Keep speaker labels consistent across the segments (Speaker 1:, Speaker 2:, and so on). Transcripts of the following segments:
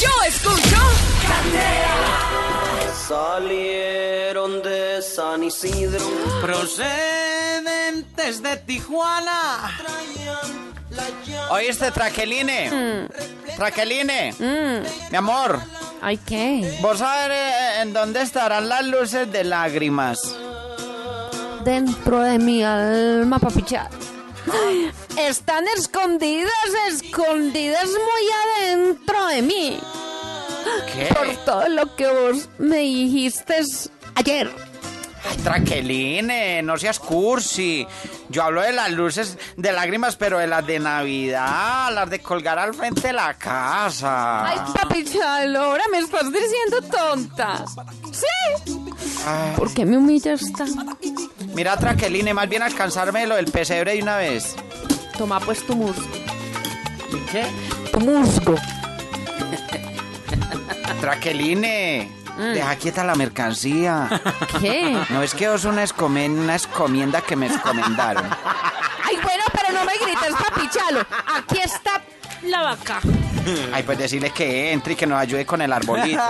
Speaker 1: Yo escucho.
Speaker 2: Salieron de San Isidro.
Speaker 3: Procedentes de Tijuana. Oíste, Traqueline.
Speaker 1: Hmm.
Speaker 3: Traqueline. Mi amor,
Speaker 1: Ay, ¿qué?
Speaker 3: ¿vos sabés eh, en dónde estarán las luces de lágrimas?
Speaker 1: Dentro de mi alma, papichar. Están escondidas, escondidas muy adentro de mí.
Speaker 3: ¿Qué?
Speaker 1: Por todo lo que vos me dijiste ayer.
Speaker 3: Ay, Traqueline, no seas cursi. Yo hablo de las luces de lágrimas, pero de las de Navidad, las de colgar al frente de la casa.
Speaker 1: Ay, papichal, ahora me estás diciendo tonta. Sí.
Speaker 3: Ay,
Speaker 1: ¿Por qué me humillas tanto?
Speaker 3: mira, Traqueline, más bien alcanzarme lo del pesebre de una vez.
Speaker 1: Toma pues tu musgo.
Speaker 3: ¿Qué?
Speaker 1: Tu musgo.
Speaker 3: Traqueline, deja quieta la mercancía.
Speaker 1: ¿Qué?
Speaker 3: No es que os una, escomen- una escomienda que me escomendaron.
Speaker 1: Ay, bueno, pero no me grites, papichalo. Aquí está la vaca.
Speaker 3: Ay, pues decirle que entre y que nos ayude con el arbolito.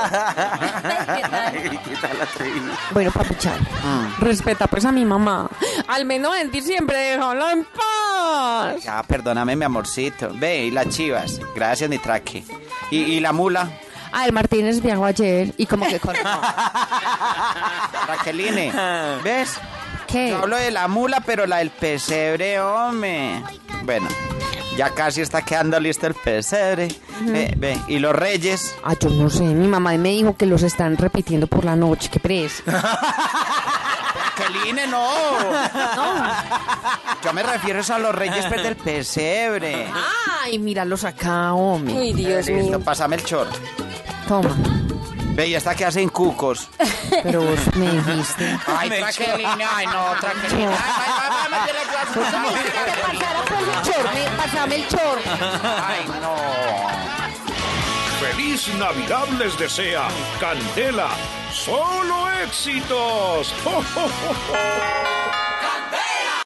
Speaker 1: Bueno, papichalo.
Speaker 3: Mm.
Speaker 1: Respeta pues a mi mamá. Al menos en diciembre, déjalo en paz.
Speaker 3: Ya, perdóname, mi amorcito. Ve, y las chivas. Gracias, mi traque. Y, y la mula,
Speaker 1: Ah, el Martínez viajó ayer y como que corrió.
Speaker 3: Raqueline. ¿Ves?
Speaker 1: ¿Qué?
Speaker 3: Yo hablo de la mula, pero la del pesebre, hombre. Bueno, ya casi está quedando listo el pesebre. Ve, ve, y los reyes.
Speaker 1: Ah, yo no sé. Mi mamá me dijo que los están repitiendo por la noche. ¿Qué presa?
Speaker 3: Raqueline, no. Yo me refiero es a los reyes pues, del pesebre.
Speaker 1: Ay, míralos acá, hombre.
Speaker 4: Dios
Speaker 3: Listo, pásame el chorro.
Speaker 1: Toma.
Speaker 3: Ve, y esta que hacen cucos.
Speaker 1: Pero vos me dijiste.
Speaker 3: Ay, Traquelina, ay, no, Traquelina. Ay, ay, ay, ay, métele
Speaker 1: Vos
Speaker 3: cosas.
Speaker 1: me dijiste que pasara por el chorne, pasame el chorne.
Speaker 3: Ay, no.
Speaker 5: Feliz Navidad les desea ¡Oh! Candela. Solo éxitos. ¡Jo, jo, jo, jo!